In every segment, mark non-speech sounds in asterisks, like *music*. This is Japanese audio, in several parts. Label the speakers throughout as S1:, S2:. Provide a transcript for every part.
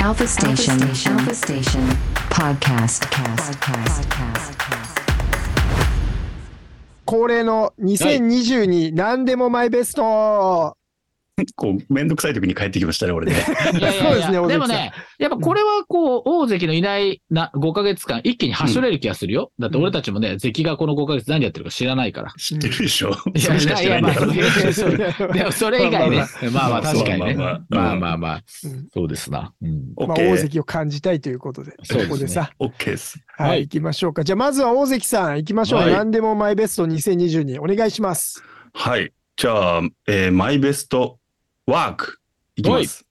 S1: Alpha Station. Alpha Station. Podcast. Podcast.
S2: 恒例の2022何でもマイベスト
S3: こう、めんどくさい時に帰ってきましたね、俺ね。
S4: い
S3: *laughs*
S4: やいやいや
S2: そうですね大関さん
S4: でもね、やっぱこれはこう、大関のいないな5ヶ月間、一気に走れる気がするよ。だって俺たちもね、関がこの5ヶ月何やってるか知らないから。
S3: 知ってるでしょ
S4: い
S3: そ
S4: や
S3: れしかしてないんだか
S4: いやいやまあそう
S2: ま
S4: でもそれ以外ね、まあまあ
S3: まあ
S4: 確かにね。
S3: ま
S4: ま
S3: あまあ
S4: あ
S3: ま
S4: まあまあ
S2: うん、
S4: そうですな。うん
S3: ら。
S2: あ、
S3: OK
S2: 大関を感じたいということで、
S4: そうですね
S2: ここでさ、
S3: オッケーです。
S2: はい、
S4: はい
S2: 行きましょうか。じゃあ、まずは大関さん、行きましょう。
S3: はい
S2: 何でもマイベスト2022、お願いします。
S3: はい。じゃあ、えーマイベストワークいきます。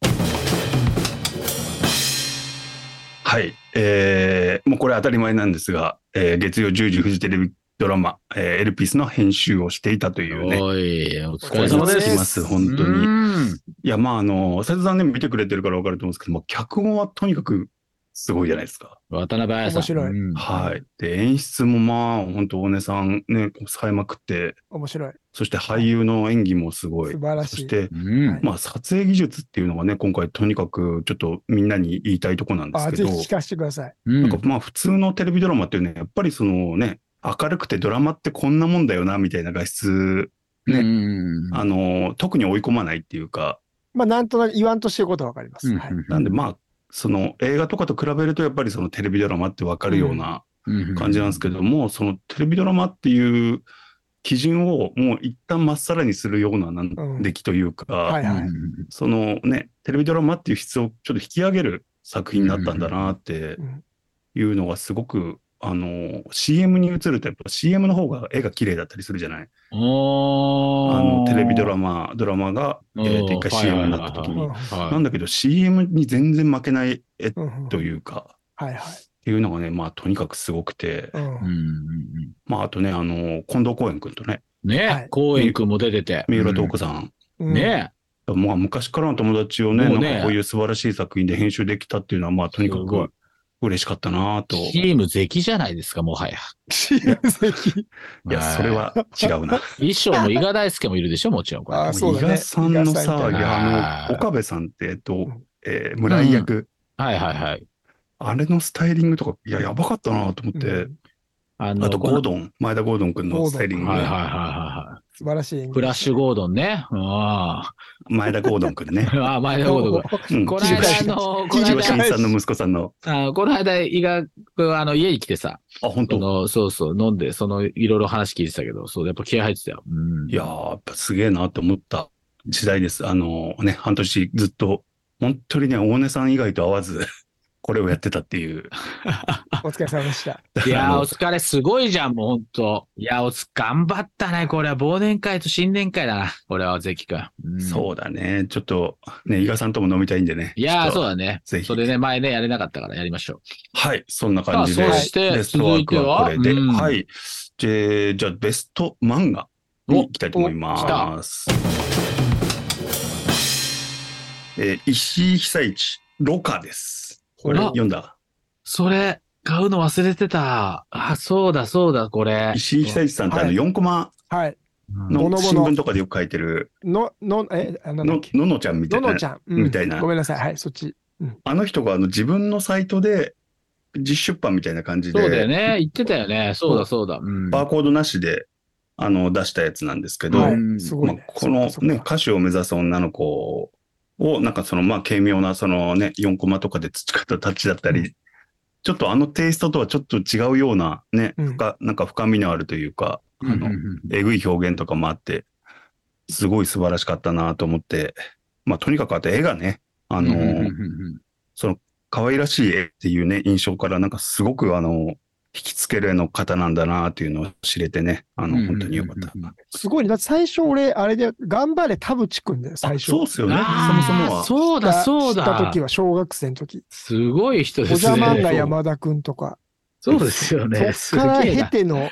S3: はい。えーもうこれ当たり前なんですが、えー月曜10時フジテレビドラマ、えーエルピスの編集をしていたというね。
S4: おい、お疲
S3: お
S4: れ様
S3: はよ
S4: で
S3: うござ
S2: です
S3: います。本当に。
S4: に。
S3: いや、まあ、あの、斉藤さんね、見てくれてるから分かると思うんですけども、脚本はとにかくすごいじゃないですか。
S4: 渡辺彩さん。
S2: 面白い
S4: うん
S3: はい。で、演出もまあ、本当大根さんね、冴えまくって、
S2: 面白い。
S3: そして俳優の演技もすごい。
S2: 素晴ら
S3: そ
S2: し
S3: し
S2: い。
S3: て、
S4: うん
S2: はい
S3: まあ、撮影技術っていうのがね、今回とにかくちょっとみんなに言いたいとこなんで
S2: あ
S3: すけ
S2: ぜ
S3: ど、
S2: ひ聞かせてください。
S4: うん
S3: なんかまあ、普通のテレビドラマっていうのは、やっぱりそのね、明るくてドラマってこんなもんだよな、みたいな画質、ね
S4: うん
S3: あの、特に追い込まないっていうか、
S2: まあ、なんとなく言わんとしてることはわかります。はい
S3: なんでまあ、その映画とかと比べるとやっぱりそのテレビドラマってわかるような感じなんですけども、そのテレビドラマっていう基準をもう一旦まっさらにするようななん
S2: うん
S3: 出来というか、
S2: はいはい。
S3: そのね、テレビドラマっていう質をちょっと引き上げる作品になったんだなって
S2: うん
S3: いうのがすごく、あの、CM に映るとやっぱ CM の方が絵が綺麗だったりするじゃないあの、テレビドラ
S4: マ
S3: マ、ドラマが、えーと一回 CM になった時
S2: う
S3: に
S2: ん。
S3: なんだけど CM に全然負けない絵
S2: うんうん
S3: というか、
S2: はいはい。
S3: っていうのがね、まあ、とにかくすごくて、
S2: うん
S3: まあ、あとね、あの、近藤光園君とね、
S2: は
S4: ね
S2: い、
S4: 公園くんも出てて。
S3: 三浦透子さん、
S2: う
S4: うん
S2: ん *laughs*
S4: ね
S3: まあ、昔からの友達をね、
S4: もうね
S3: なんかこういう素晴らしい作品で編集できたっていうのは、まあ、とにか
S4: すごい
S3: く嬉しかったなと。
S4: チ
S3: い
S4: ーム敵じゃないですか、もはや。
S2: 親戚。
S3: や、それ。は違うな。
S4: 衣装も伊賀大輔もいるでしょ、もちろんこれ。
S2: あそうだね
S3: 伊賀さんの
S2: 伊賀さんみた
S3: さ、い
S2: い
S4: な
S3: や、あ
S4: はい
S3: の、岡部さんって、えっと
S2: ん、
S3: えー村井役、
S4: はいはいはい。
S3: あれのスタイリングとか、いや、やばかったなと思って、
S2: うん
S4: あ
S3: あと、ゴー
S4: ド
S3: ドン、前田ゴードン君のスタイリング、
S4: はいはいはいは
S2: 素晴らしい演
S4: い。
S2: 技。
S4: フラッシュゴードンね。うんあ。
S3: 前田ゴードン君ね
S4: *laughs* あ、前田ゴードンこ
S3: うん
S4: この
S3: 千葉
S4: 間、あ
S3: 真
S4: の、こ
S3: 千
S4: の
S3: 葉真
S4: 間、
S3: 一さんの息子さんの。
S4: あこの間、伊賀君、あの、家に来てさ、
S3: あ、本
S4: そ
S3: 当
S4: の、そうそう、飲んで、その、いろいろ話聞いてたけど、そう、やっぱ気合入ってたよ。うん
S3: いやー、やっぱすげえなって思った時代です。あのね、半年ずっと、本当にね、大根さん以外と会わず、 *laughs* これをやってたっていう。
S2: お疲れ様でした。
S4: い
S3: *laughs* あ
S4: やー、
S3: の
S4: お疲れ、すごいじゃん、もうほんと。いやー、おつ、頑張ったね、これは。忘年会と新年会だな、これは、関君。うん
S3: そうだね。ちょっと、ね、伊賀さんとも飲みたいんでね。
S4: いやー、そう
S3: う。
S4: だね。
S3: ぜひ
S4: そ。れね、前ね、やれなかったからやりましょう。
S3: はい、そんな感じで。
S4: さあそして
S3: ベストワークはこれ
S4: 続
S3: で。
S4: いてはうん
S3: はい。じゃあじゃあ、ベスト漫画に行きたいと思います。えー石井久一、ロカです。これ
S4: あ
S3: 読んだ
S4: それ、買うの忘れてた。あ、そうだ、そうだ、これ。
S3: 石井久一さんってあの
S2: はい
S3: 4コマ
S2: はい。
S4: うん
S2: ぼのぼ
S3: の
S2: の
S3: 新聞とかでよく書いてる、
S2: の、の、え、あの、
S3: のののちゃんみた
S2: の
S3: いな
S2: のちゃん。うん
S3: みたいな
S2: ごめんなさい。はい、そっち。
S3: あの人があの自分のサイトで実出版みたいな感じで
S4: そうだよね。言ってたよね。そうだ、そうだ。うん。
S3: バーコードなしであの出したやつなんですけど、
S2: は
S4: う
S2: い。
S4: ん
S2: すご
S3: ま
S2: い
S3: あ
S2: ね。、
S3: この
S2: そっかそっか
S3: ね歌手を目指す女の子をなんかそのまあ軽妙なそのね4コマとかで培ったタッチだったり、ちょっとあのテイストとはちょっと違うようなね、
S2: うん
S3: 深なんか深みのあるというか、
S4: うん
S3: あのえぐい表現とかもあって、すごい素晴らしかったなと思って、まあ、とにかくあと絵がね、あの、
S4: うんうんうん
S3: その、可愛らしい絵っていうね、印象から、なんかすごくあの、引きつける絵の方なんだなっていうのを知れてね、あ
S4: うんうん
S3: の、
S4: うんうん
S3: 本当によかった。
S2: すごいね。だって最初俺、あれで、頑張れ田淵くんだよ、最初。
S3: あそうっすよね。そもそも
S4: あー
S3: は。
S4: そうだ、そう
S2: 知った
S4: だ
S2: 時。は小学生の時。
S4: すごい人
S2: お
S4: ですね。
S2: じゃまんが山田くんとか。
S4: そうですよね。す
S2: そっから
S4: げえ
S2: 経
S4: な。
S2: ての、
S3: で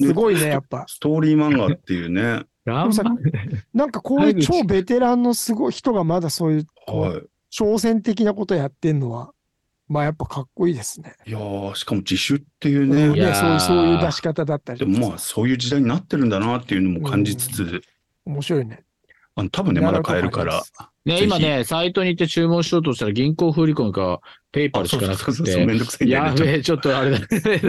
S3: す
S2: ごいね、やっぱ。
S3: ストーリー漫画ってい
S4: *laughs*
S3: うね、
S4: 頑張っ
S2: なんかこういう超ベテランのすごい人がまだそういう
S3: は
S2: 挑戦的なことやってんのは、まあやっぱかっこいいですね。
S3: い。いやー、しかも自主っていう
S2: うん
S4: い
S3: ね、
S4: や
S2: ね
S4: ー
S2: そういうそういう出し方だったり
S3: で
S2: とかさ
S3: もまあ、そういう時代になってるんだなっていうのも感じつつ、
S2: 面白いね。
S3: あの多分ね、まだ買えるから、ぜ
S4: ね、
S3: ひ
S4: 今ね、サイトに行って注文しようとしたら銀行振り込みか、ペイパルしかなく
S3: そう、
S4: て。
S3: めんどくさいんだよ
S4: や
S3: ね。ちょっ
S4: べえ、ちょっとあれだ。
S3: *laughs*
S4: めんど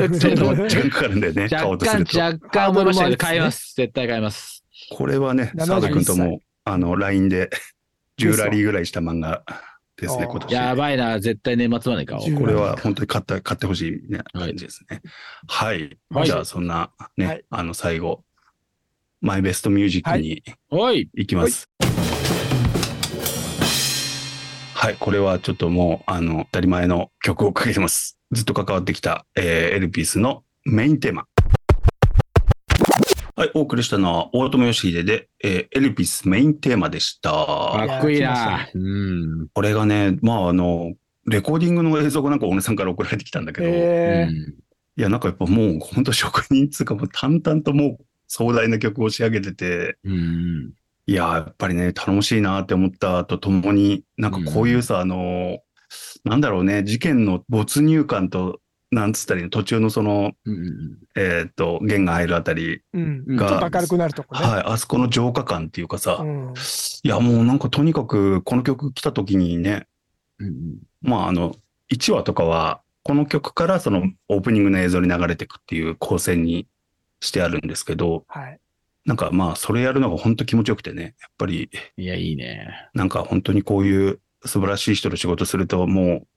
S4: く
S3: と
S4: せえ
S3: ち
S4: と
S3: ょ
S4: 思っ
S3: っと
S4: て
S3: 時間かかるんだよね、買おう
S4: 若
S3: とす
S4: 干
S3: る、と。
S4: 若干思いました
S2: ハードルもあ
S4: けど、買
S2: り
S4: いま。
S2: ます
S4: 絶対買います。
S3: これはね、
S2: 71
S3: 澤田君とも、あの、LINE で、10
S2: 嘘
S3: ラリーぐらいした漫画ですね、
S2: あー
S3: 今年。
S4: やばいな、絶対年末まで買おう。
S2: 10
S3: これは本当に買った、買ってほしいみたいな感じですね。はい。
S4: はい
S3: じゃあ、そんな、ね、
S2: はい
S3: あの、最後、マイベストミュージックに
S4: おい
S3: 行きます。はい、これはちょっともう、あの、当たり前の曲をかけてます。ずっと関わってきた、えーエルピスのメインテーマ。はい、お送りしたのは、大友義秀で、えーエルピスメインテーマでした。
S4: かっこいい
S2: いや来ました
S4: な。うん。
S3: これがね、まああの、レコーディングの映像がなんかお姉さんから送られてきたんだけど、
S2: え
S3: いや、なんかやっぱもう本当職人っつうかもう淡々ともう壮大な曲を仕上げてて、
S4: うん。
S3: いや、やっぱりね、頼もしいなって思ったとともに、なんかこういうさ、あの、なんだろうね、事件の没入感と、なんつったり、途中のその、
S4: うん。
S3: えっ、と、弦が入るあたり、
S2: ーうん。
S4: うん
S2: ちょっと明るくなるとこね。
S3: はい、あそこの浄化感っていうかさ、
S2: うん
S3: いや、もうなんかとにかくこの曲来た時にね、
S4: うん
S3: まあ、あの、1話とかは、この曲からそのオープニングの映像に流れていくっていう構成にしてあるんですけど、
S2: はい。
S3: なんかまあ、それやるのが本当気持ちよくてね、やっぱり、
S4: いや、いいね。
S3: なんか本当にこういう素晴らしい人と仕事すると、もう、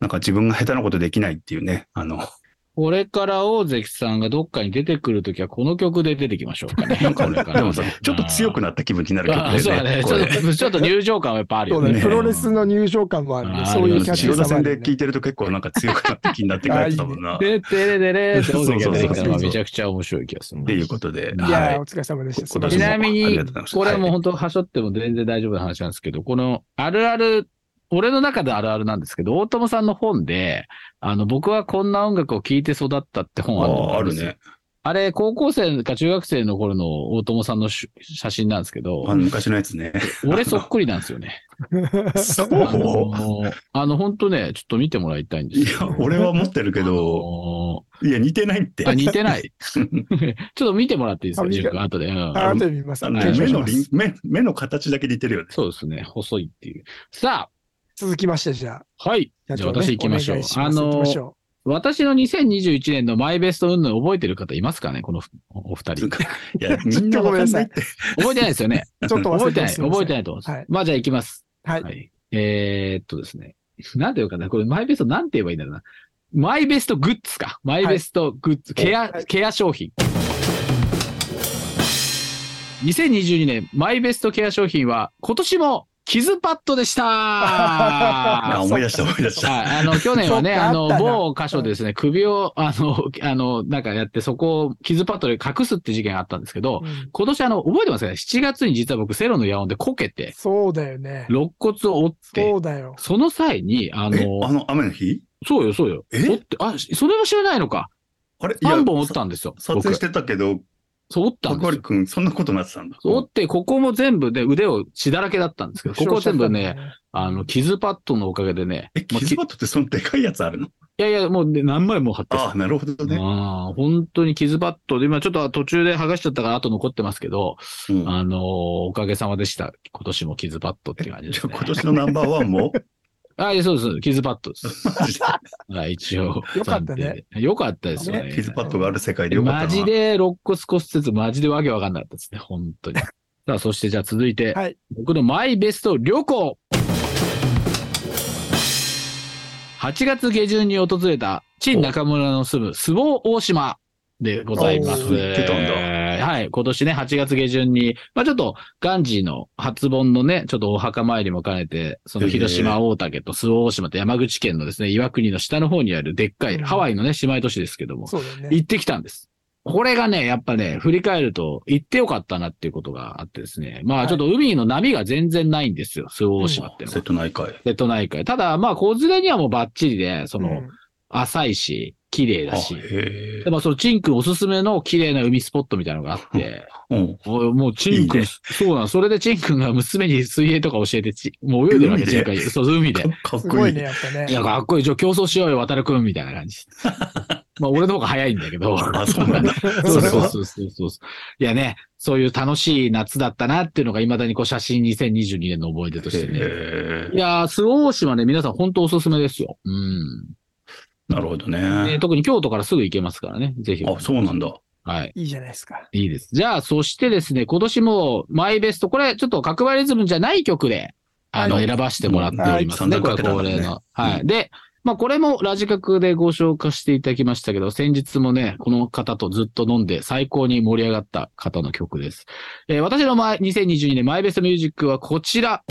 S3: なんか自分が下手なことできないっていうね、あの、
S4: これから大関さんがどっかに出てくるときは、この曲で出てきましょうかね。
S3: なんかね、でもさ、ちょっと強く
S4: な
S3: なった気分になる
S4: る
S3: 曲
S4: 曲そう
S3: だ
S4: だ
S3: よね
S4: ね。。ち
S3: こ
S4: ょ
S3: れ
S4: っとちょっと入場感はやっぱあ
S2: そ
S4: るよ
S2: うだ
S4: ね。
S2: ね。プロレスの入場感もある
S4: あ
S2: ね。
S4: ー
S2: そういうキャッチ
S3: 千
S2: ー
S3: 代
S2: さ
S3: 田
S2: もあ
S3: 線で
S2: る
S3: 聴
S2: ね。
S3: いてると結構なんか強くなった気になって帰ってたも
S4: *laughs*
S3: んな。っ
S4: で、てれでれって大関が出てきたの
S2: そうそう
S4: が
S2: そう
S4: めちゃくちゃ面白い気がするな。
S3: ていうことで、
S2: いや
S3: は
S2: ー、お疲れ様でした。素
S3: 今
S2: 晴ら
S3: 年
S2: し
S4: ち
S2: い
S4: なみ
S3: もあり
S4: に
S3: がとうございま、した
S4: これはもう本当、はしょっても全然大丈夫な話なんですけど、このあるある、俺の中であるあるなんですけど、大友さんの本で、あの、僕はこんな音楽を聴いて育ったって本あると
S3: あー
S4: 思
S3: あ
S4: うんで
S3: る
S4: すよ
S3: ね。
S4: あれ、高校生か中学生の頃の大友さんのし写真なんですけ
S3: あの
S4: ど、
S3: 昔のやつね。
S4: 俺そっくりなんです
S2: *laughs*
S4: よね。
S3: そう
S4: あの、あの本当ね、ちょっと見てもらいたいんで
S3: *laughs* い
S4: すけ
S3: や
S4: ど。、
S3: 俺は持ってる
S4: *laughs*
S3: けど、
S4: ど、
S3: いや、似てないって。
S4: あ、似
S2: *laughs*
S4: てない。ちょっと見てもらっていいですか、
S2: あ見て
S4: ジュン君後で。うん
S2: あ後で見ます
S3: あ。のね
S4: はい
S3: 目
S2: 検
S3: の
S2: 証し
S3: りん
S2: ます
S3: 目、目の形だけ似てるよね。
S4: そうですね、細いっていう。さ
S2: 続きまして、じゃ
S4: あ、はい。
S2: あ。
S4: じゃあ私行きましょう
S2: お願います
S4: あのー
S2: 行きましょ
S4: 私の2021年のマイベスト運動覚えてる方いますかねこのふお二人。
S3: いや、みんなわかんないって。
S4: 覚えてないですよね。
S2: う。ちょっと *laughs* 忘れ
S4: 覚えて
S2: て
S4: な
S2: ま
S4: い。
S2: す。
S4: 覚えて
S2: い。
S4: ないと思います。
S2: はい
S4: まあじゃあ行きます。
S2: はい。
S4: はい。えーっとですね。なんていうかな。これマイベストなんて言えばいいんだろうな。マイベストグッズか。マイベストグッズ。
S3: はい
S4: ケア、
S2: はい
S4: ケア商品。2022年マイベストケア商品は今年も傷パッドでした
S2: *laughs* あ
S3: あ、思い出した、思い出した。
S4: *laughs* はい、あの、去年はね、
S2: そっか
S4: あ
S2: あ
S4: の
S2: っ、たな
S4: 某箇所でですね、首を、あの、 *laughs* あの、なんかやって、そこを傷パッドで隠すって事件があったんですけど、
S2: うん
S4: 今年あの、覚えてますかね ?7 月に実は僕、セロの夜音でこけて、
S2: そうだよね。
S4: 肋骨を折って
S2: そ、うだよ。
S4: その際に、あ
S3: え、
S4: の
S3: あ、の雨の日
S4: そうよ、そうよ。
S3: え
S4: 折って、あ、それは知らないのか。
S3: あれいや
S4: 3本折ったんですよ。
S3: 撮
S4: 僕
S3: 影してたけど、
S4: そう、折ったんです
S3: 角張
S4: よ。
S3: くん、そんなことなってたんだ。
S4: 折って、ここも全部で腕を血だらけだったんですけど、ここ全部ね、。あの、傷パッドのおかげでね、
S3: え、
S4: まあ
S3: キズバットってそのでかいやつあるの
S4: いやいや、もうね何枚も貼って
S3: ああ、なるほどね。
S4: ああ、本当に傷バットで、今ちょっと途中で剥がしちゃったから後残ってますけど、
S3: うん
S4: あのーおかげさまでした。今年も傷バットっていう感じで
S3: じゃ
S4: す、
S3: あ
S4: ね。
S3: *laughs* 今年のナンバーワ
S4: *laughs*
S3: ンも
S4: あいやそうです。傷バット
S3: *laughs*
S4: です。
S3: マジで
S4: はい、一応。
S2: よかったね
S4: 暫定で。よかったですよね。
S3: キズバットがある世界でよかったな。
S4: マジで肋骨骨折、マジでわけわかんなかったですね。本当に。
S3: *laughs*
S4: さあ、そしてじゃあ続いて、
S2: はい
S4: 僕のマイベスト旅行。8月下旬に訪れた、陳中村の住むスボー大島でございます。
S2: お
S3: ー行ってたんだ
S4: はい。今年ね、8月下旬に、まあちょっと、ガンジーの初盆のね、ちょっとお墓参りも兼ねて、その広
S3: へ
S4: 島
S3: ー
S4: 大竹と周防大島と山口県のですね、岩国の下の方にあるでっかい、
S2: うん
S4: ハワイのね、姉妹都市ですけども、
S2: そうだよね。
S4: 行ってきたんです。これがね、やっぱね、振り返ると、行ってよかったなっていうことがあってですね。ま
S2: は
S4: あ、
S2: い
S4: ちょっと海の波が全然ないんですよ、周防大島ってのは。
S3: 瀬戸内海。
S4: 瀬戸内海。ただ、まあ、小連れにはもうバッチリで、その、
S2: うん
S4: 浅いし、綺麗だ
S3: あ、
S4: し。
S3: へえ
S4: で。まあ、その、チン君おすすめの綺麗な海スポットみたいなのがあって、
S3: うん。
S4: おもう、チン君、
S3: いいね
S4: そうなん、それでチン君が娘に水泳とか教えて、ちもう泳いでるわけじゃんか、
S3: 海
S4: そう、海で。
S3: かっ
S2: す
S3: こ
S2: ごい
S3: いい
S2: ね、。やっぱ
S4: いや、
S2: ね。
S4: かっこいい。じゃあ競争しようよ、渡るくん、みたいな感じ。まあ、俺の方が早いんだけど。
S3: あ、そうな
S4: *laughs*
S3: んだ。
S4: *laughs* そう
S3: れ
S4: そう
S3: は
S4: そうそうそう。いやね、そういう楽しい夏だったなっていうのが、未だにこう写真2022年の思い出としてね。
S3: え
S4: いやー、周防大島ね、皆さん本当おすすめですよ。うん。
S3: ー、なるほど
S4: ね、
S3: ね。
S4: 特に京都からすぐ行けますからね、ぜひ。
S3: あ、そうなんだ。
S4: はい。
S2: *laughs* いいじゃないですか。
S4: いいです。じゃあ、そしてですね、今年もマイベスト、これちょっと角張リズムじゃない曲で、あの、
S2: はい
S4: 選ばせてもらっておりますね、
S3: はい
S4: これ恒例の。はい。で、まあ、これもラジカクでご紹介していただきましたけど、先日もね、この方とずっと飲んで最高に盛り上がった方の曲です。えー私のマイ2022年マイベストミュージックはこちら。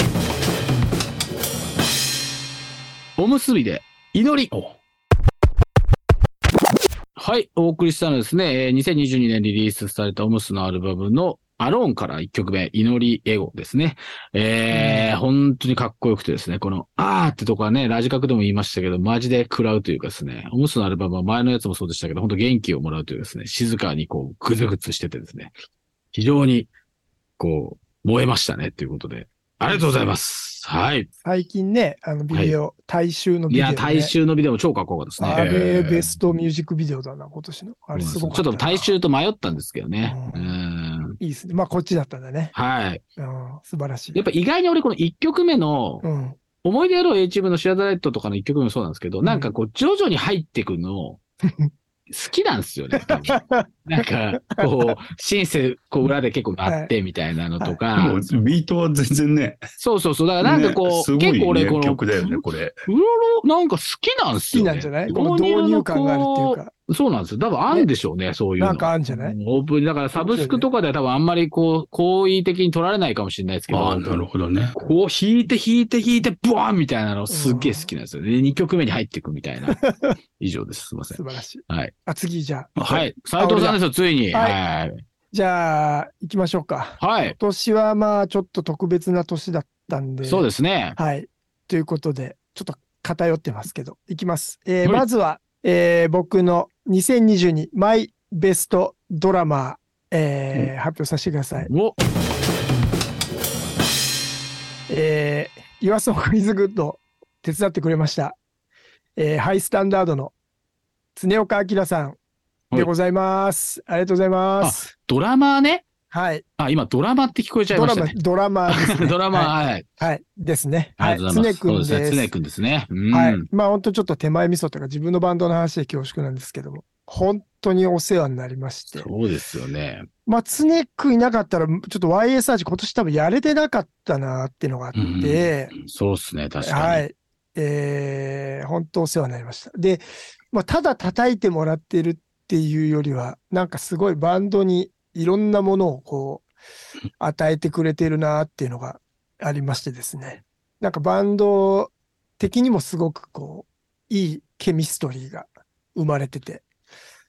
S4: おむすびで祈り。
S3: お
S4: はい。お送りしたのはですね、えー2022年リリースされたオムスのアルバムのアローンから1曲目、祈りエゴですね。えー本当にかっこよくてですね、この、あーってとこはね、ラジカクでも言いましたけど、マジで食らうというかですね、オムスのアルバムは前のやつもそうでしたけど、本当元気をもらうというかですね、静かにこう、ぐずぐずしててですね、非常に、こう、燃えましたね、ということで。ありがとうございます。はい。
S2: 最近ね、あのビデオ、大衆の
S4: い
S2: ビデオ、ね。
S4: や、大衆のビデオも超かっこよかったですね。
S2: あれ、
S3: えー
S2: ベストミュージックビデオだな、今年の。あれ、すごく。
S4: ちょっと大。衆と迷ったんですけどね。
S2: うん
S4: うん
S2: いいですね。まあ、こっちだったんだね。
S4: はい。
S2: うん、素晴らしい。
S4: やっぱ意外に俺この1曲目の、
S2: うん。
S4: 思い出ある A チームのシアザライトとかの1曲目もそうなんですけど、
S2: うん
S4: なんかこう徐々に入ってくのを、好きなんですよね。
S2: *laughs*
S4: 多分なんか、こう、シンセ、こう裏で結構鳴ってみたいなのと
S3: で
S4: か、
S3: もビートは全然ね。
S4: そうそうそう。だからなんか
S3: ね
S4: こう、
S3: すごい、
S4: 結
S3: ね、
S4: 構俺この、
S3: 曲だよね、これ。
S4: うろろ、なんか好きなんで
S2: 好
S4: す
S2: き
S4: よ、ね。
S2: なんじゃないこの導入感があるっていうか。
S4: そうなんですよ。多分あるんでしょうね、そういうの。
S2: なんかあるんじゃない
S4: うんオープンに、だからサブスクとかでは多分あんまりこう、好意的に取られないかもしれないですけど。
S3: ああ、なるほどね。。
S4: こう弾いて弾いて弾いて、ブワーンみたいなのすっげえ好きなんですよね。で、2曲目に入っていくみ
S2: *laughs*
S4: たいな。以上です。すいません
S2: 素。晴らしい。
S4: はい。
S2: あ、次、じゃあ。
S4: はいい。斉藤さんですよ、ついに。
S2: はい
S4: はい。
S2: じゃあ、行きましょうか。
S4: はい。
S2: 今年はまあ、ちょっと特別な年だったんで。
S4: そう
S2: で
S4: ですね。
S2: す。はい。ということで、ちょっと偏ってますけど、行きます。えー
S4: はい
S2: まずは、えー僕の2022マイベストドラマー、えー発表させてください。
S4: お、
S2: えー、岩曽クイズグッド手伝ってくれました、えーハイスタンダードの常岡明さんでございます、ありがとうございます
S4: ドラマーね。
S2: はい
S4: あ、今、ドラマって聞こえちゃい
S2: ド
S4: まし
S2: ラ
S4: た
S2: マ
S4: ね。
S2: ドラマですね
S4: *laughs* ドラマー、
S2: はい、
S4: はい。
S2: はいですね
S4: あ
S2: はい
S4: りがとうございま
S2: 常
S4: す。そ
S2: 君
S4: う
S2: です
S4: ですね。常君ですね。うん。
S2: はいまあ本当ちょっと手前味噌というか自分のバンドの話で恐縮なんですけども本当にお世話になりまして
S4: そうですよね。
S2: まあ常君いなかったらちょっと YSR 今年多分やれてなかったなっていうのがあって、
S4: そうですね、確か
S2: は
S4: に。
S2: い。えー本当お世話になりました。で、まあ、ただ叩いてもらってるっていうよりは、なんかすごいバンドにいろんなものをこう、与えてくれてるなっていうのがありましてですね。なんかバンド的にもすごくこう、いいケミストリーが生まれてて、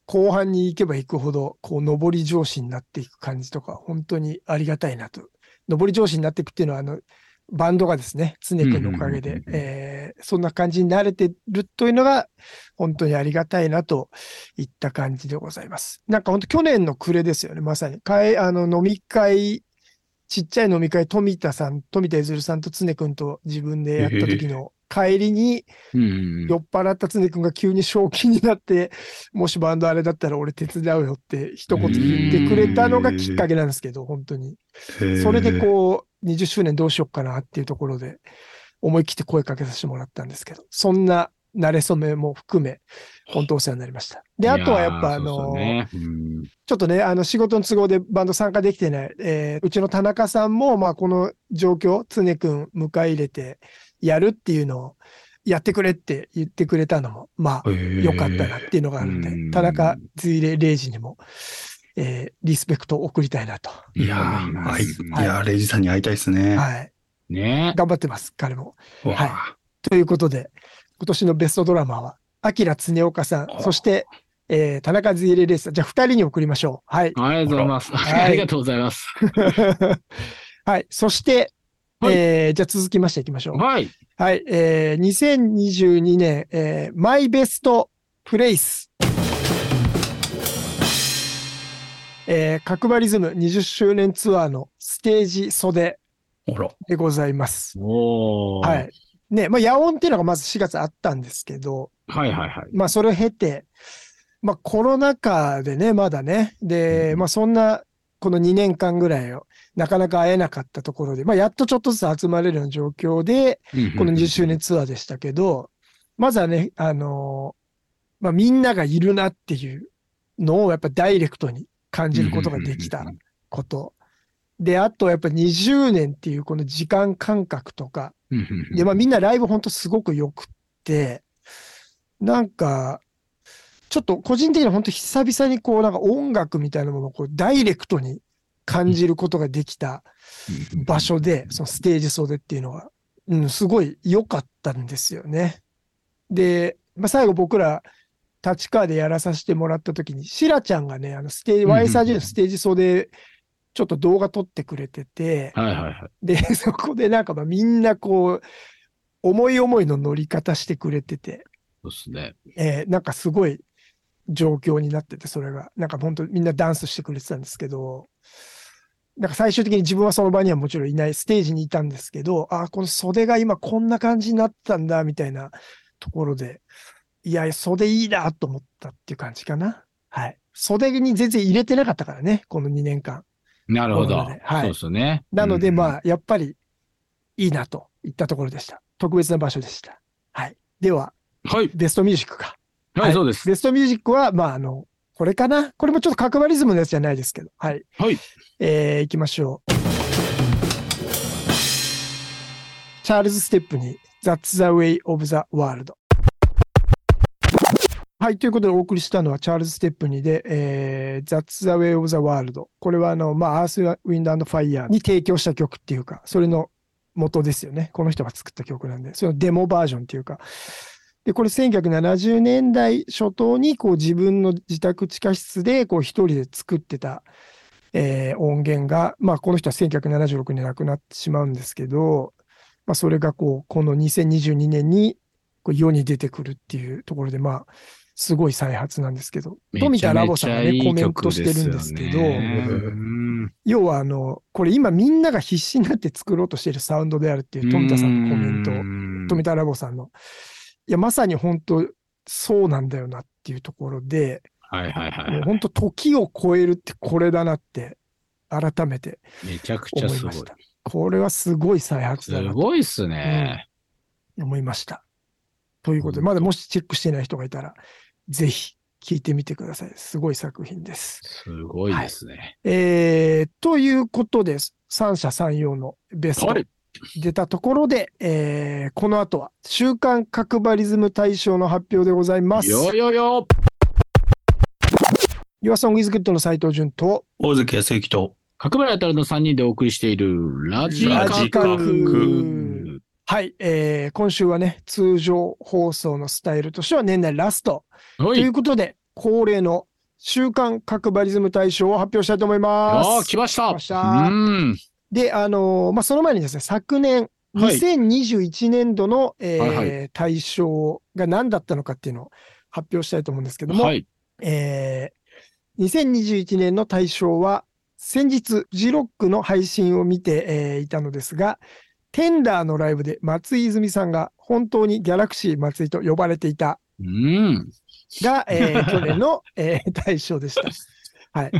S2: 後半に行けば行くほど、こう、上り調子になっていく感じとか、本当にありがたいなと。上り調子になっていくっていうのは、あの、バンドがですね、常君のおかげ
S3: うんう
S2: で
S3: ん、うんうん
S2: えーそんな感じに慣れてるというのが、本当にありがたいなといった感じでございます。なんか本当去年の暮れですよね、まさに。かいあの飲み会、ちっちゃい飲み会、富田さん、富田ゆずるさんと常君と自分でやった時の帰りに、
S4: うんうん
S2: 酔っ払った常君が急に正気になって、もしバンドあれだったら俺手伝うよって一言言ってくれたのがきっかけなんですけど、本当に。それでこう、20周年どうしようかなっていうところで、思い切って声かけさせてもらったんですけど、そんな慣れ初めも含め、本当お世話になりました。で、あとはやっぱあの、
S4: いやーそうですよね
S2: ちょっとね、あの仕事の都合でバンド参加できてない、えーうちの田中さんも、まあ、この状況、常くん迎え入れてやるっていうのをやってくれって言ってくれたのも、まあ、
S3: う
S2: 良かったなっていうのがあるんで、
S4: うん
S2: 田中随礼礼二にも、えーリスペクトを送りたいなと。
S4: うん
S3: いやー、
S4: まあ
S3: はい、いやーレイジさんに会いたいですね。
S2: はい。
S4: ね
S2: 頑張ってます、彼も。
S3: わあ
S2: ということで、今年のベストドラマーは、明常岡さん、そして、えー田中随礼礼二さん。じゃあ、二人に送りましょう。はい。 *laughs*
S4: ありがとうございます。
S2: はい
S4: *laughs* ありがとうございます。
S2: はい。そして、
S4: はい
S2: えーじゃあ続きましていきましょう。
S4: はい。
S2: はい。えー、2022年、えーマイベストプレイス。えー、角張リズム20周年ツアーのステージ袖
S3: ほら。
S2: でございます。
S4: おー
S2: はい。。ね、まあ、野音っていうのがまず4月あったんですけど、
S4: はいはいはい。
S2: まあ、それを経て、まあコロナ禍でね、まだね。で、
S4: うん
S2: まあそんな、この2年間ぐらいを、なかなか会えなかったところで、まあやっとちょっとずつ集まれるような状況で、この20周年ツアーでしたけど、まずはね、あのーまあみんながいるなっていうのをやっぱダイレクトに感じることができたこと。で、あとやっぱ20年っていうこの時間感覚とか、で、まあみんなライブほんとすごく良くって、なんか、ちょっと個人的には本当久々にこうなんか音楽みたいなものをこうダイレクトに感じることができた場所で、そのステージ袖っていうのは、うん、すごい良かったんですよね。で、まあ最後僕ら立川でやらさせてもらった時に、シラちゃんがね、あのステージ、
S4: うんうん
S2: YSRG のステージ袖、ちょっと動画撮ってくれてて、
S4: はいはいはい。
S2: で、 *laughs* そこでなんかまあみんなこう、思い思いの乗り方してくれてて、
S4: そうですね。
S2: えーなんかすごい状況になってて、それが。なんか本当みんなダンスしてくれてたんですけど、なんか最終的に自分はその場にはもちろんいない、ステージにいたんですけど、ああ、この袖が今こんな感じになったんだ、みたいなところで、いや、袖いいなと思ったっていう感じかな。はい。袖に全然入れてなかったからね、この2年間。
S4: なるほど。
S2: なのではい
S4: そうですよね。
S2: なので、
S4: あ。
S2: まあ、やっぱりいいなといったところでした。特別な場所でした。はい。では、
S4: はい。
S2: ベストミュージックか。
S4: はい、そうです。
S2: ベストミュージックは、まあ、あの、これかな。これもちょっと角張リズムのやつじゃないですけど。はい。
S4: はい。
S2: えー、いきましょう。チャールズ・ステップに That's the way of the world。はい。ということでお送りしたのはチャールズ・ステップにで、えー、That's the way of the world。これはあの、まあ、アース・ウィンド・アンド・ファイヤーに提供した曲っていうか、それの元ですよね。この人が作った曲なんで、そのデモバージョンっていうか。で、これ1970年代初頭にこう自分の自宅地下室でこう一人で作ってたえー音源が、まあ、この人は1976年亡くなってしまうんですけど、まあ、それがこうこの2022年にこう世に出てくるっていうところで、まあ、すごい再発なんですけど、富田ラボさんが、
S4: めち
S2: ね、
S4: ゃ
S2: コ
S4: めち
S2: メン
S4: ゃいい曲
S2: トしてるんですけど、
S4: よねうん
S2: 要はあの、これ今みんなが必死になって作ろうとしているサウンドであるっていう富田さんのコメントを
S4: ン
S2: 富田ラボさんの。いや、まさに本当そうなんだよなっていうところで、
S4: はいはいはい
S2: もう
S4: は
S2: 本当時を超えるってこれだなって改めて
S4: い。めちゃくちゃ
S2: 思い
S4: すご
S2: ま
S4: い
S2: し。た。これはすごい再発だ
S4: す
S2: なと
S4: ごいっすね。
S2: 思いました。ということで、
S4: うん
S2: まだもしチェックしてない人がいたら、ぜひ聞いてみてください。すごい作品です。
S4: すごいですね。
S2: えー、ということで、三者三様のベスト
S4: はい。
S2: 出たところで、えーこの後は週刊角張リズム大賞の発表でございます。
S4: よよよ
S2: YourSongIsGood の斉藤淳と、
S3: 大関康之と、
S4: 角村あたるの3人でお送りしているラジカ
S3: ラ
S4: ク
S3: ジカ
S2: クはい、えー今週はね、通常放送のスタイルとしては年内ラスト。
S4: は
S2: と
S4: い。
S2: い
S4: よ
S2: うことで、恒例の週刊角バリズム大賞を発表したいと思いま
S4: ー、
S2: す。
S4: 来ました。
S2: 来ました
S4: うん。
S2: で、あのーまあ、その前にですね、昨年、
S4: はい
S2: 2021年度の、えー
S4: はい
S2: 大賞が何だったのかっていうのを発表したいと思うんですけども、
S4: はい。
S2: えー2021年の大賞は、先日、ジロックの配信を見て、えーいたのですが、テンダーのライブで松井泉さんが本当にギャラクシー松井と呼ばれていた
S4: うん。
S2: が、え
S4: *laughs*
S2: ー去年の、えー大賞でした。はい。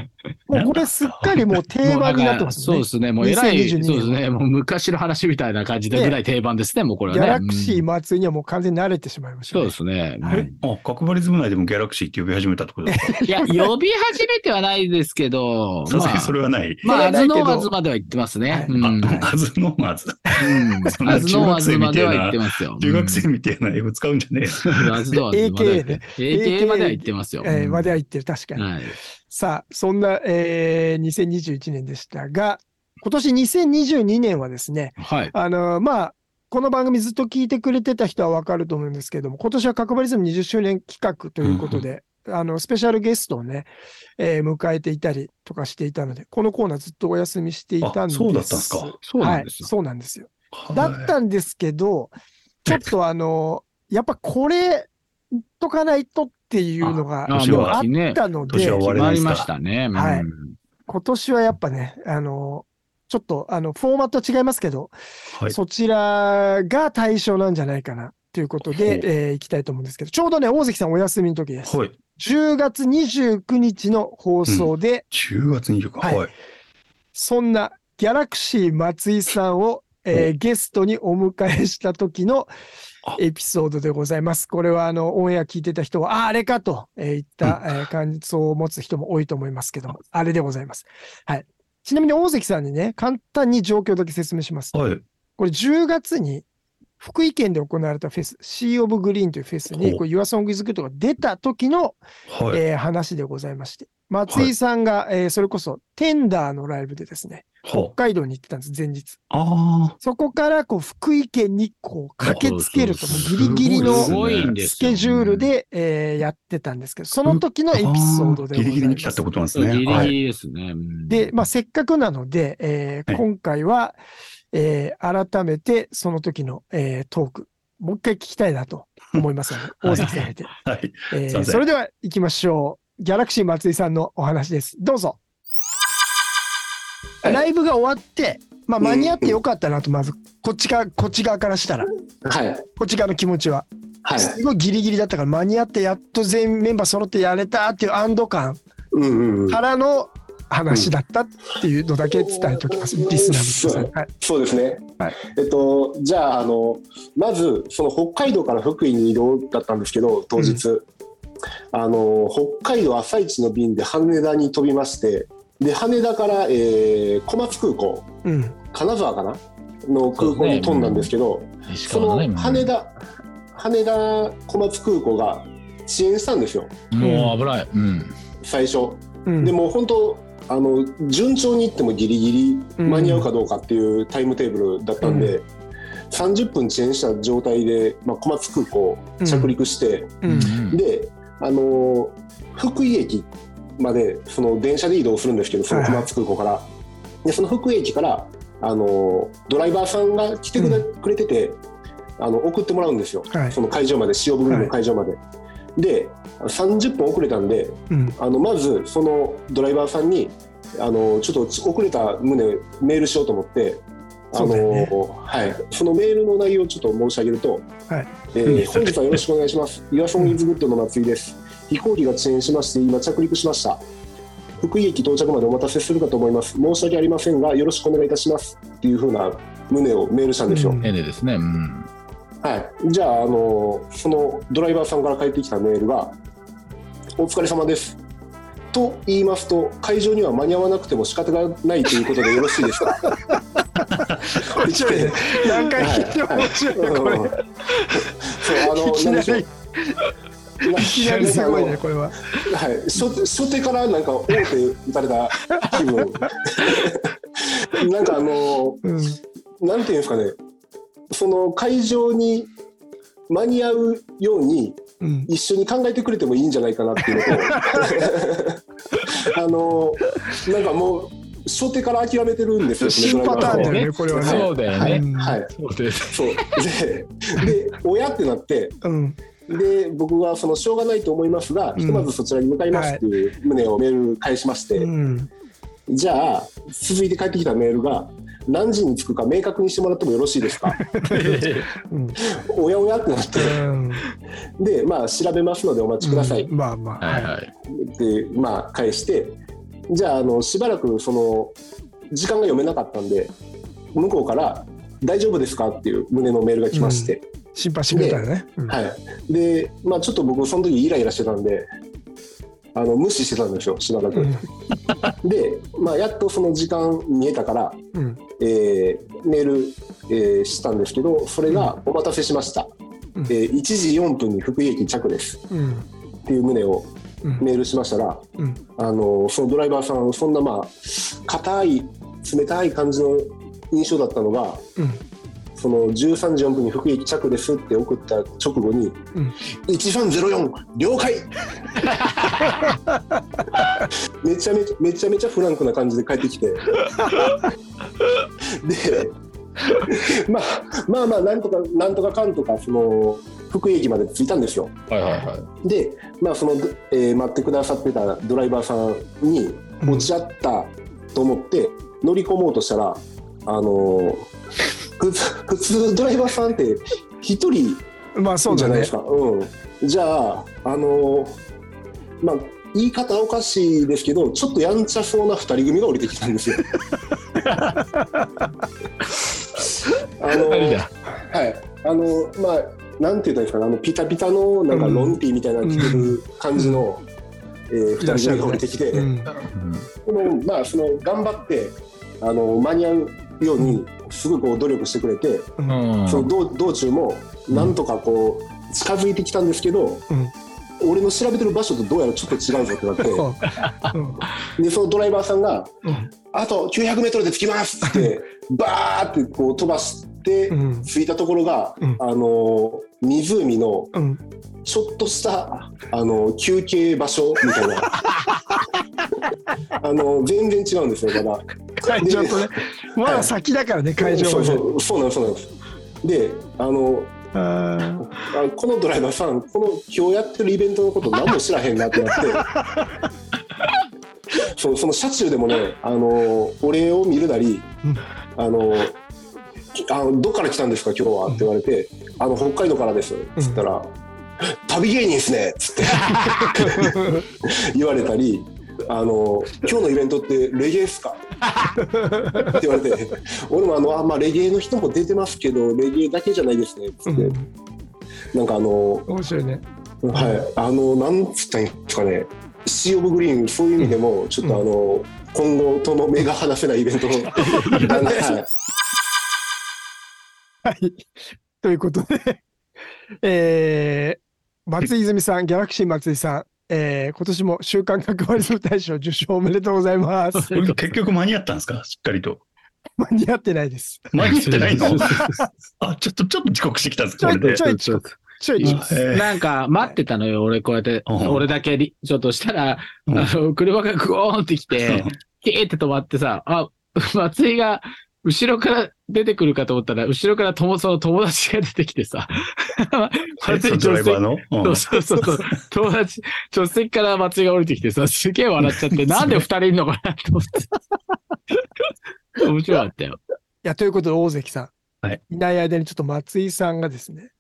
S2: もうこれすっか
S4: *laughs*
S2: りもう定番になってます
S4: も
S2: よね
S4: うんか。そうですね。もう偉い。
S2: 2022
S4: そう
S2: 年
S4: ですね。もう昔の話みたいな感じで
S2: ね
S4: ぐらい定番ですね。もうこれは
S2: ギ
S4: ね。
S2: ャラクシ
S4: う
S2: ー
S4: ん
S2: 松井にはもう完全に慣れてしまいました
S4: そう
S2: ね、
S4: ですね。
S2: は
S4: うん
S3: あ、角張りズム内でもギャラクシーって呼び始めたってことですか
S4: いや、呼び始めてはないです
S2: *laughs*
S4: けど、
S3: さす
S4: ま
S3: がに
S4: あ
S3: それはない。
S4: ま
S2: それは
S4: あ、ア
S2: な
S4: ズ
S2: いけ
S4: ノ
S2: ど
S4: ーアズまでは行ってます
S2: はい
S4: ね。う
S2: *laughs*
S4: んうん
S2: はい
S3: あずのまず。そんな
S4: アズノーアズまでは
S3: 中学生みたいな
S4: 行ってますよ。
S3: 中学生みたいな英語使うんじゃねえよ。
S4: うんアズ
S2: *laughs*
S4: ノーアズまでは行って
S2: AK ね
S4: AK までは行ってますよ。
S2: えーまでは
S4: は
S2: 言ってる、確かに。
S4: はい。
S2: さあ、そんな、えー2021年でしたが、今年2022年はですね、
S4: はい。
S2: あのまあ、この番組ずっと聞いてくれてた人はわかると思うんですけども、今年は角張リズム20周年企画ということで、あの、スペシャルゲストをね、えー迎えていたりとかしていたので、このコーナーずっとお休みしていたんです。
S3: あそうだったんですか
S4: そうなんです
S2: はい、
S4: よ。
S2: そうなんですよ。だ
S3: はい
S2: ったんですけど、ちょっとあの、やっぱこれ、言っとかないとっていうのが
S4: あ
S2: あ
S3: 年は
S4: もうね
S2: っ、たの
S3: 年
S2: で
S3: は、終
S4: 決
S3: われな
S4: ま
S3: いで
S4: り
S3: すか
S4: ましたね。うん
S2: はい今年はやっぱね、あの、ちょっとあの、フォーマット違いますけど、
S3: はい。
S2: そちらが対象なんじゃないかなということ
S3: ほう
S2: で、えーいきたいと思うんですけど、ちょうどね、大関さんお休みの時です。
S3: はい。
S2: 10月29日の放送で、
S3: 10月29日。
S2: はい
S3: はい。
S2: そんなギャラクシー松井さんを、えーゲストにお迎えした時の
S3: あ
S2: エピソードでございます。これはあのオンエア聞いてた人は、ああ、あれかと、えー言った、えー感想を持つ人も多いと思いますけども、あれでございます。はい。ちなみに大関さんにね、簡単に状況だけ説明します。
S3: はい。
S2: これ10月に福井県で行われたフェス、シー・オブ・グリーンというフェスに、
S3: ほう
S2: これ Your Song is Good が出た時の、
S3: はい。
S2: えー話でございまして、松井さんが、えーそれこそテンダーのライブでですね、
S3: は
S2: 北海道に行ってたんです、前日。
S3: あ
S2: そこからこう福井県にこう駆けつけると、
S3: そうそう
S2: ギリギリ
S3: す
S2: の
S3: ごいん
S2: スケジュールで、えーやってたんですけど、その時の
S3: あ。
S2: エピソードでございます。
S3: あギリギリに来たってことなんです
S4: ギ
S3: ね。
S4: リ
S3: は
S4: ギ
S3: い。
S4: リですね。うん
S2: で、まあ、せっかくなので、えー
S3: はい
S2: 今回は、えー改めてその時の、えートーク、もう一回聞きたいな
S3: *laughs*
S2: と思いますので、
S3: い
S2: 大関さん入れて。
S3: はい。
S2: えー
S3: すいません
S2: それでは行きましょう。ギャラクシー松井さんのお話です。どうぞ。ライブが終わって、まあ、間に合ってよかったなと、まず、こっち側、こっち側からしたら、
S5: はい。
S2: こっち側の気持ちは。
S5: はい。
S2: すごいギリギリだったから、間に合って、やっと全メンバー揃ってやれたっていう安堵感
S5: うんうんうん
S2: か。らの話だったっていうのだけ伝えておきます、
S5: うん
S2: リスナーの皆さん。はい、
S5: そうですね。
S2: はい
S5: えっと、じゃあ、あの、まず、その北海道から福井に移動だったんですけど、当日。あの、北海道朝一の便で羽田に飛びまして、で、羽田から、えー小松空港、
S2: うん、
S5: 金沢かなの空港に飛んだんですけど、
S6: 石
S5: そ
S6: 川
S5: の
S6: だね、今
S5: 羽田、羽田小松空港が遅延したんですよ、
S6: もう危ない。うん。
S5: 最初。
S2: うん、
S5: でも本当あの順調にいってもギリギリ間に合うかどうかっていうタイムテーブルだったんで、30分遅延した状態で、まあ、小松空港着陸して、
S2: うん、
S5: であの福井駅までその電車で移動するんですけどその小松空港から、でその福井駅からあのドライバーさんが来てくれ,、くれててあの送ってもらうんですよ、
S2: はい
S5: その会場まで塩部分の会場まで。で30分遅れたんで
S2: うん、
S5: あのまずそのドライバーさんにあのちょっと遅れた旨メールしようと思って。あ
S2: そう
S5: の
S2: だよね
S5: はい、そのメールの内容をちょっと申し上げると、
S2: はい
S5: えー本日はよろしくお願いします。岩ソンイズグッドの松井です。飛行機が遅延しまして、今着陸しました。福井駅到着までお待たせするかと思います。申し訳ありませんが、よろしくお願いいたします。っていうふうな旨をメールしたんですよ。
S2: うん
S6: ええですね。うん。
S5: はい、じゃあ、あのそのドライバーさんから返ってきたメールが「お疲れ様です」と言いますと会場には間に合わなくても仕方がないということでよろしいです
S2: *laughs*
S5: か
S2: 面白いね。何回聞いても面白いね、これ。
S5: うんそうあの
S2: いき
S5: なん
S2: な
S5: でしょう
S2: り、いきなりすごいね、これは。
S5: なんかあのはい、初初手からなんか大手打たれた
S2: *laughs*
S5: 気分なんかあの
S2: うん、
S5: なんていうんですかねその会場に間に合うように
S2: うん、
S5: 一緒に考えてくれてもいいんじゃないかなっていう
S2: *laughs*
S5: のとあのなんかもう初手から諦めてるんですよ
S2: 新パターンだよね、これはね。
S6: そうだよね。
S2: うん
S5: はい
S6: そうです。
S5: そうでで親ってなって
S2: うん、
S5: で僕はそのしょうがないと思いますが、
S2: ん
S5: ひとまずそちらに向かいますっていう旨をメール返しまして、
S2: うん、
S5: じゃあ続いて返ってきたメールが何時に着くか明確にしてもらってもよろしいですか *laughs*
S2: うん、
S5: おやおやってなってでまあ調べますのでお待ちください、
S2: うんまあまあ、
S6: はい
S2: は
S6: はい。
S5: でまあ返してじゃああのしばらくその時間が読めなかったんで向こうから「大丈夫ですか?」っていう胸のメールが来まして、
S2: い、心配してくれたよね。うん
S5: はい、で、まあ、ちょっと僕その時イライラしてたんであの無視してたんですよしばらく。で、まあ、やっとその時間見えたから、
S2: うん、
S5: えーメール、えーしたんですけどそれが「お待たせしました」
S2: うん
S5: えー1時4分に福井駅着です」
S2: うん、
S5: っていう旨を
S2: うん、
S5: メールしましたら。
S2: うん、
S5: あのそのドライバーさんそんなまあ硬い冷たい感じの印象だったのが
S2: うん、
S5: その13時4分に福井駅着ですって送った直後に「
S2: うん
S5: 1304
S2: *laughs*
S5: 了解!めちゃめちゃ」めちゃめちゃフランクな感じで帰ってきてでまあまあまあなんとかなんとかかんとかその福井駅まで着いたんですよ。
S6: はいはいは
S5: で、まあそのえー待ってくださってたドライバーさんに
S2: うん
S5: 落ち合ったと思って乗り込もうとしたら、あのー *laughs* 普通普通ドライバーさんって一人
S2: まあそう
S5: じゃ
S2: だ
S5: ない
S2: ね
S5: です。かう、ん、じゃあ、あのーまあ、言い方おかしいですけど、ちょっとやんちゃそうな2人組が降りてきたん
S2: *laughs*
S5: ですよ。あの、
S6: あ
S5: はい
S6: れ。だ。
S5: あの、まあ、なんて言ったらいいですかね、あの、ピタピタの、なんか、ロンティみたいなの着てる感じの、えー、
S2: いら
S5: 2
S2: っし
S5: 人
S2: ゃる
S5: 組
S2: ね
S5: が降りてきて、
S2: うん
S6: うん
S5: このまあその頑張ってあの間に合うようにすごいこう努力してくれて、
S6: うん
S5: その道道中もなんとかこう近づいてきたんですけど、俺の調べてる場所とどうやらちょっと違うぞってなっ
S2: そううん
S5: てでそのドライバーさんが
S2: うん
S5: 「あと 900m で着きます」ってバーってこう飛ばして
S2: うん
S5: 着いたところが、
S2: うん
S5: あの湖の
S2: うん
S5: ちょっとしたあの休憩場所みた
S2: *laughs*
S5: いなあの全然違うんですよまだ。
S2: 会場とねまだ先だからね会場
S5: そう
S2: まで
S5: そうそうなんですそうなんですであの
S2: あ
S5: あこのドライバーさんこの今日やってるイベントのこと何も知らへんなっ
S2: *laughs*
S5: てなってそうその車中でもねあの俺を見るなり
S2: うん
S5: 「あのあのどっから来たんですか今日は」って言われて「あの北海道からです」っつったら「旅芸人ですね」っつって言われたり「あの今日のイベントってレゲエっすか?」って言われて俺もあのあ、まあ、レゲエの人も出てますけどレゲエだけじゃないですねっつ
S2: ー
S5: って、
S2: うん
S5: なんかあの
S2: 面白いね
S5: はいあのなんつったらいいんですかねシー・オブ・グリーンそういう意味でもちょっとあの、今後とも目が離せないイベ
S2: *laughs*
S5: ントのはい
S2: はい。ということで、 *laughs* えー松井泉さん、ギャラクシー松井さん、えー今年も週刊学割の大賞受賞おめでとうございます。
S3: *laughs* これ結局間に合ったんですかしっかりと。
S2: 間に合ってないです。
S3: 間に合って
S2: *laughs*
S3: ないのあ、ちょっと、ちょっと遅刻してきたんですかこれで
S2: ち。ょいちょいちょいちょい。
S3: えー
S4: なんか待ってたのよ、俺こうやって、
S3: うん
S4: 俺だけリ、ちょっとしたら、
S3: うん
S4: あの、車がグオーンってきて
S3: う、
S4: キーって止まってさ、あ、松井が、後ろから出てくるかと思ったら、後ろから友、その友達が出てきてさ、
S3: え
S4: *laughs* 松
S3: その
S4: 井
S3: ドライバー
S4: 助
S3: の。うん
S4: 手そうそうそうそう、友達、助手席から松井が降りてきてさ、すげえ笑っ
S3: *laughs*
S4: ちゃって、なんで二人いるのかなと思って。面白かったよ。
S2: いや、ということで、大関さん、
S3: はい、
S2: ない間にちょっと松井さんがですね、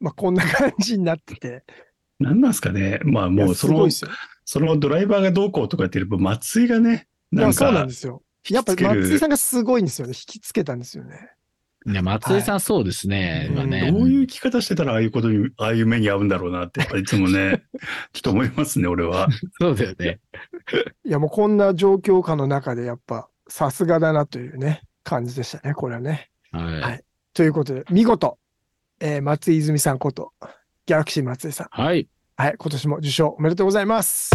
S2: まあ、こんな感じになってて、
S3: 何なんですかね。まあ
S2: いや
S3: もう
S2: す
S3: そ
S2: ごい
S3: の
S2: で、すよ。
S3: そのドライバーがどうこうとか言ってれば、松井がね、
S2: い
S3: な
S2: や、
S3: ん
S2: そうな
S3: か
S2: んで、すよ。やっぱ
S3: 引きつける
S2: 松井さんがすごいんですよね。引きつけたんですよね。
S4: いや、松井さんそうですね、
S2: はい
S4: 今ね。
S3: どういう生き方してたら、ああいうことに、ああいう目に遭うんだろうなって、やっぱりいつも *laughs* ね、ちょっと思いますね、俺は。
S4: そうだよね。
S2: いや、もうこんな状況下の中で、やっぱ、さすがだなというね、感じでしたね、これはね。
S4: はい
S2: はいということで、見事、えー松井泉さんこと、ギャラクシー松井さん。
S4: はい。
S2: はい、今年も受賞おめでとうございます。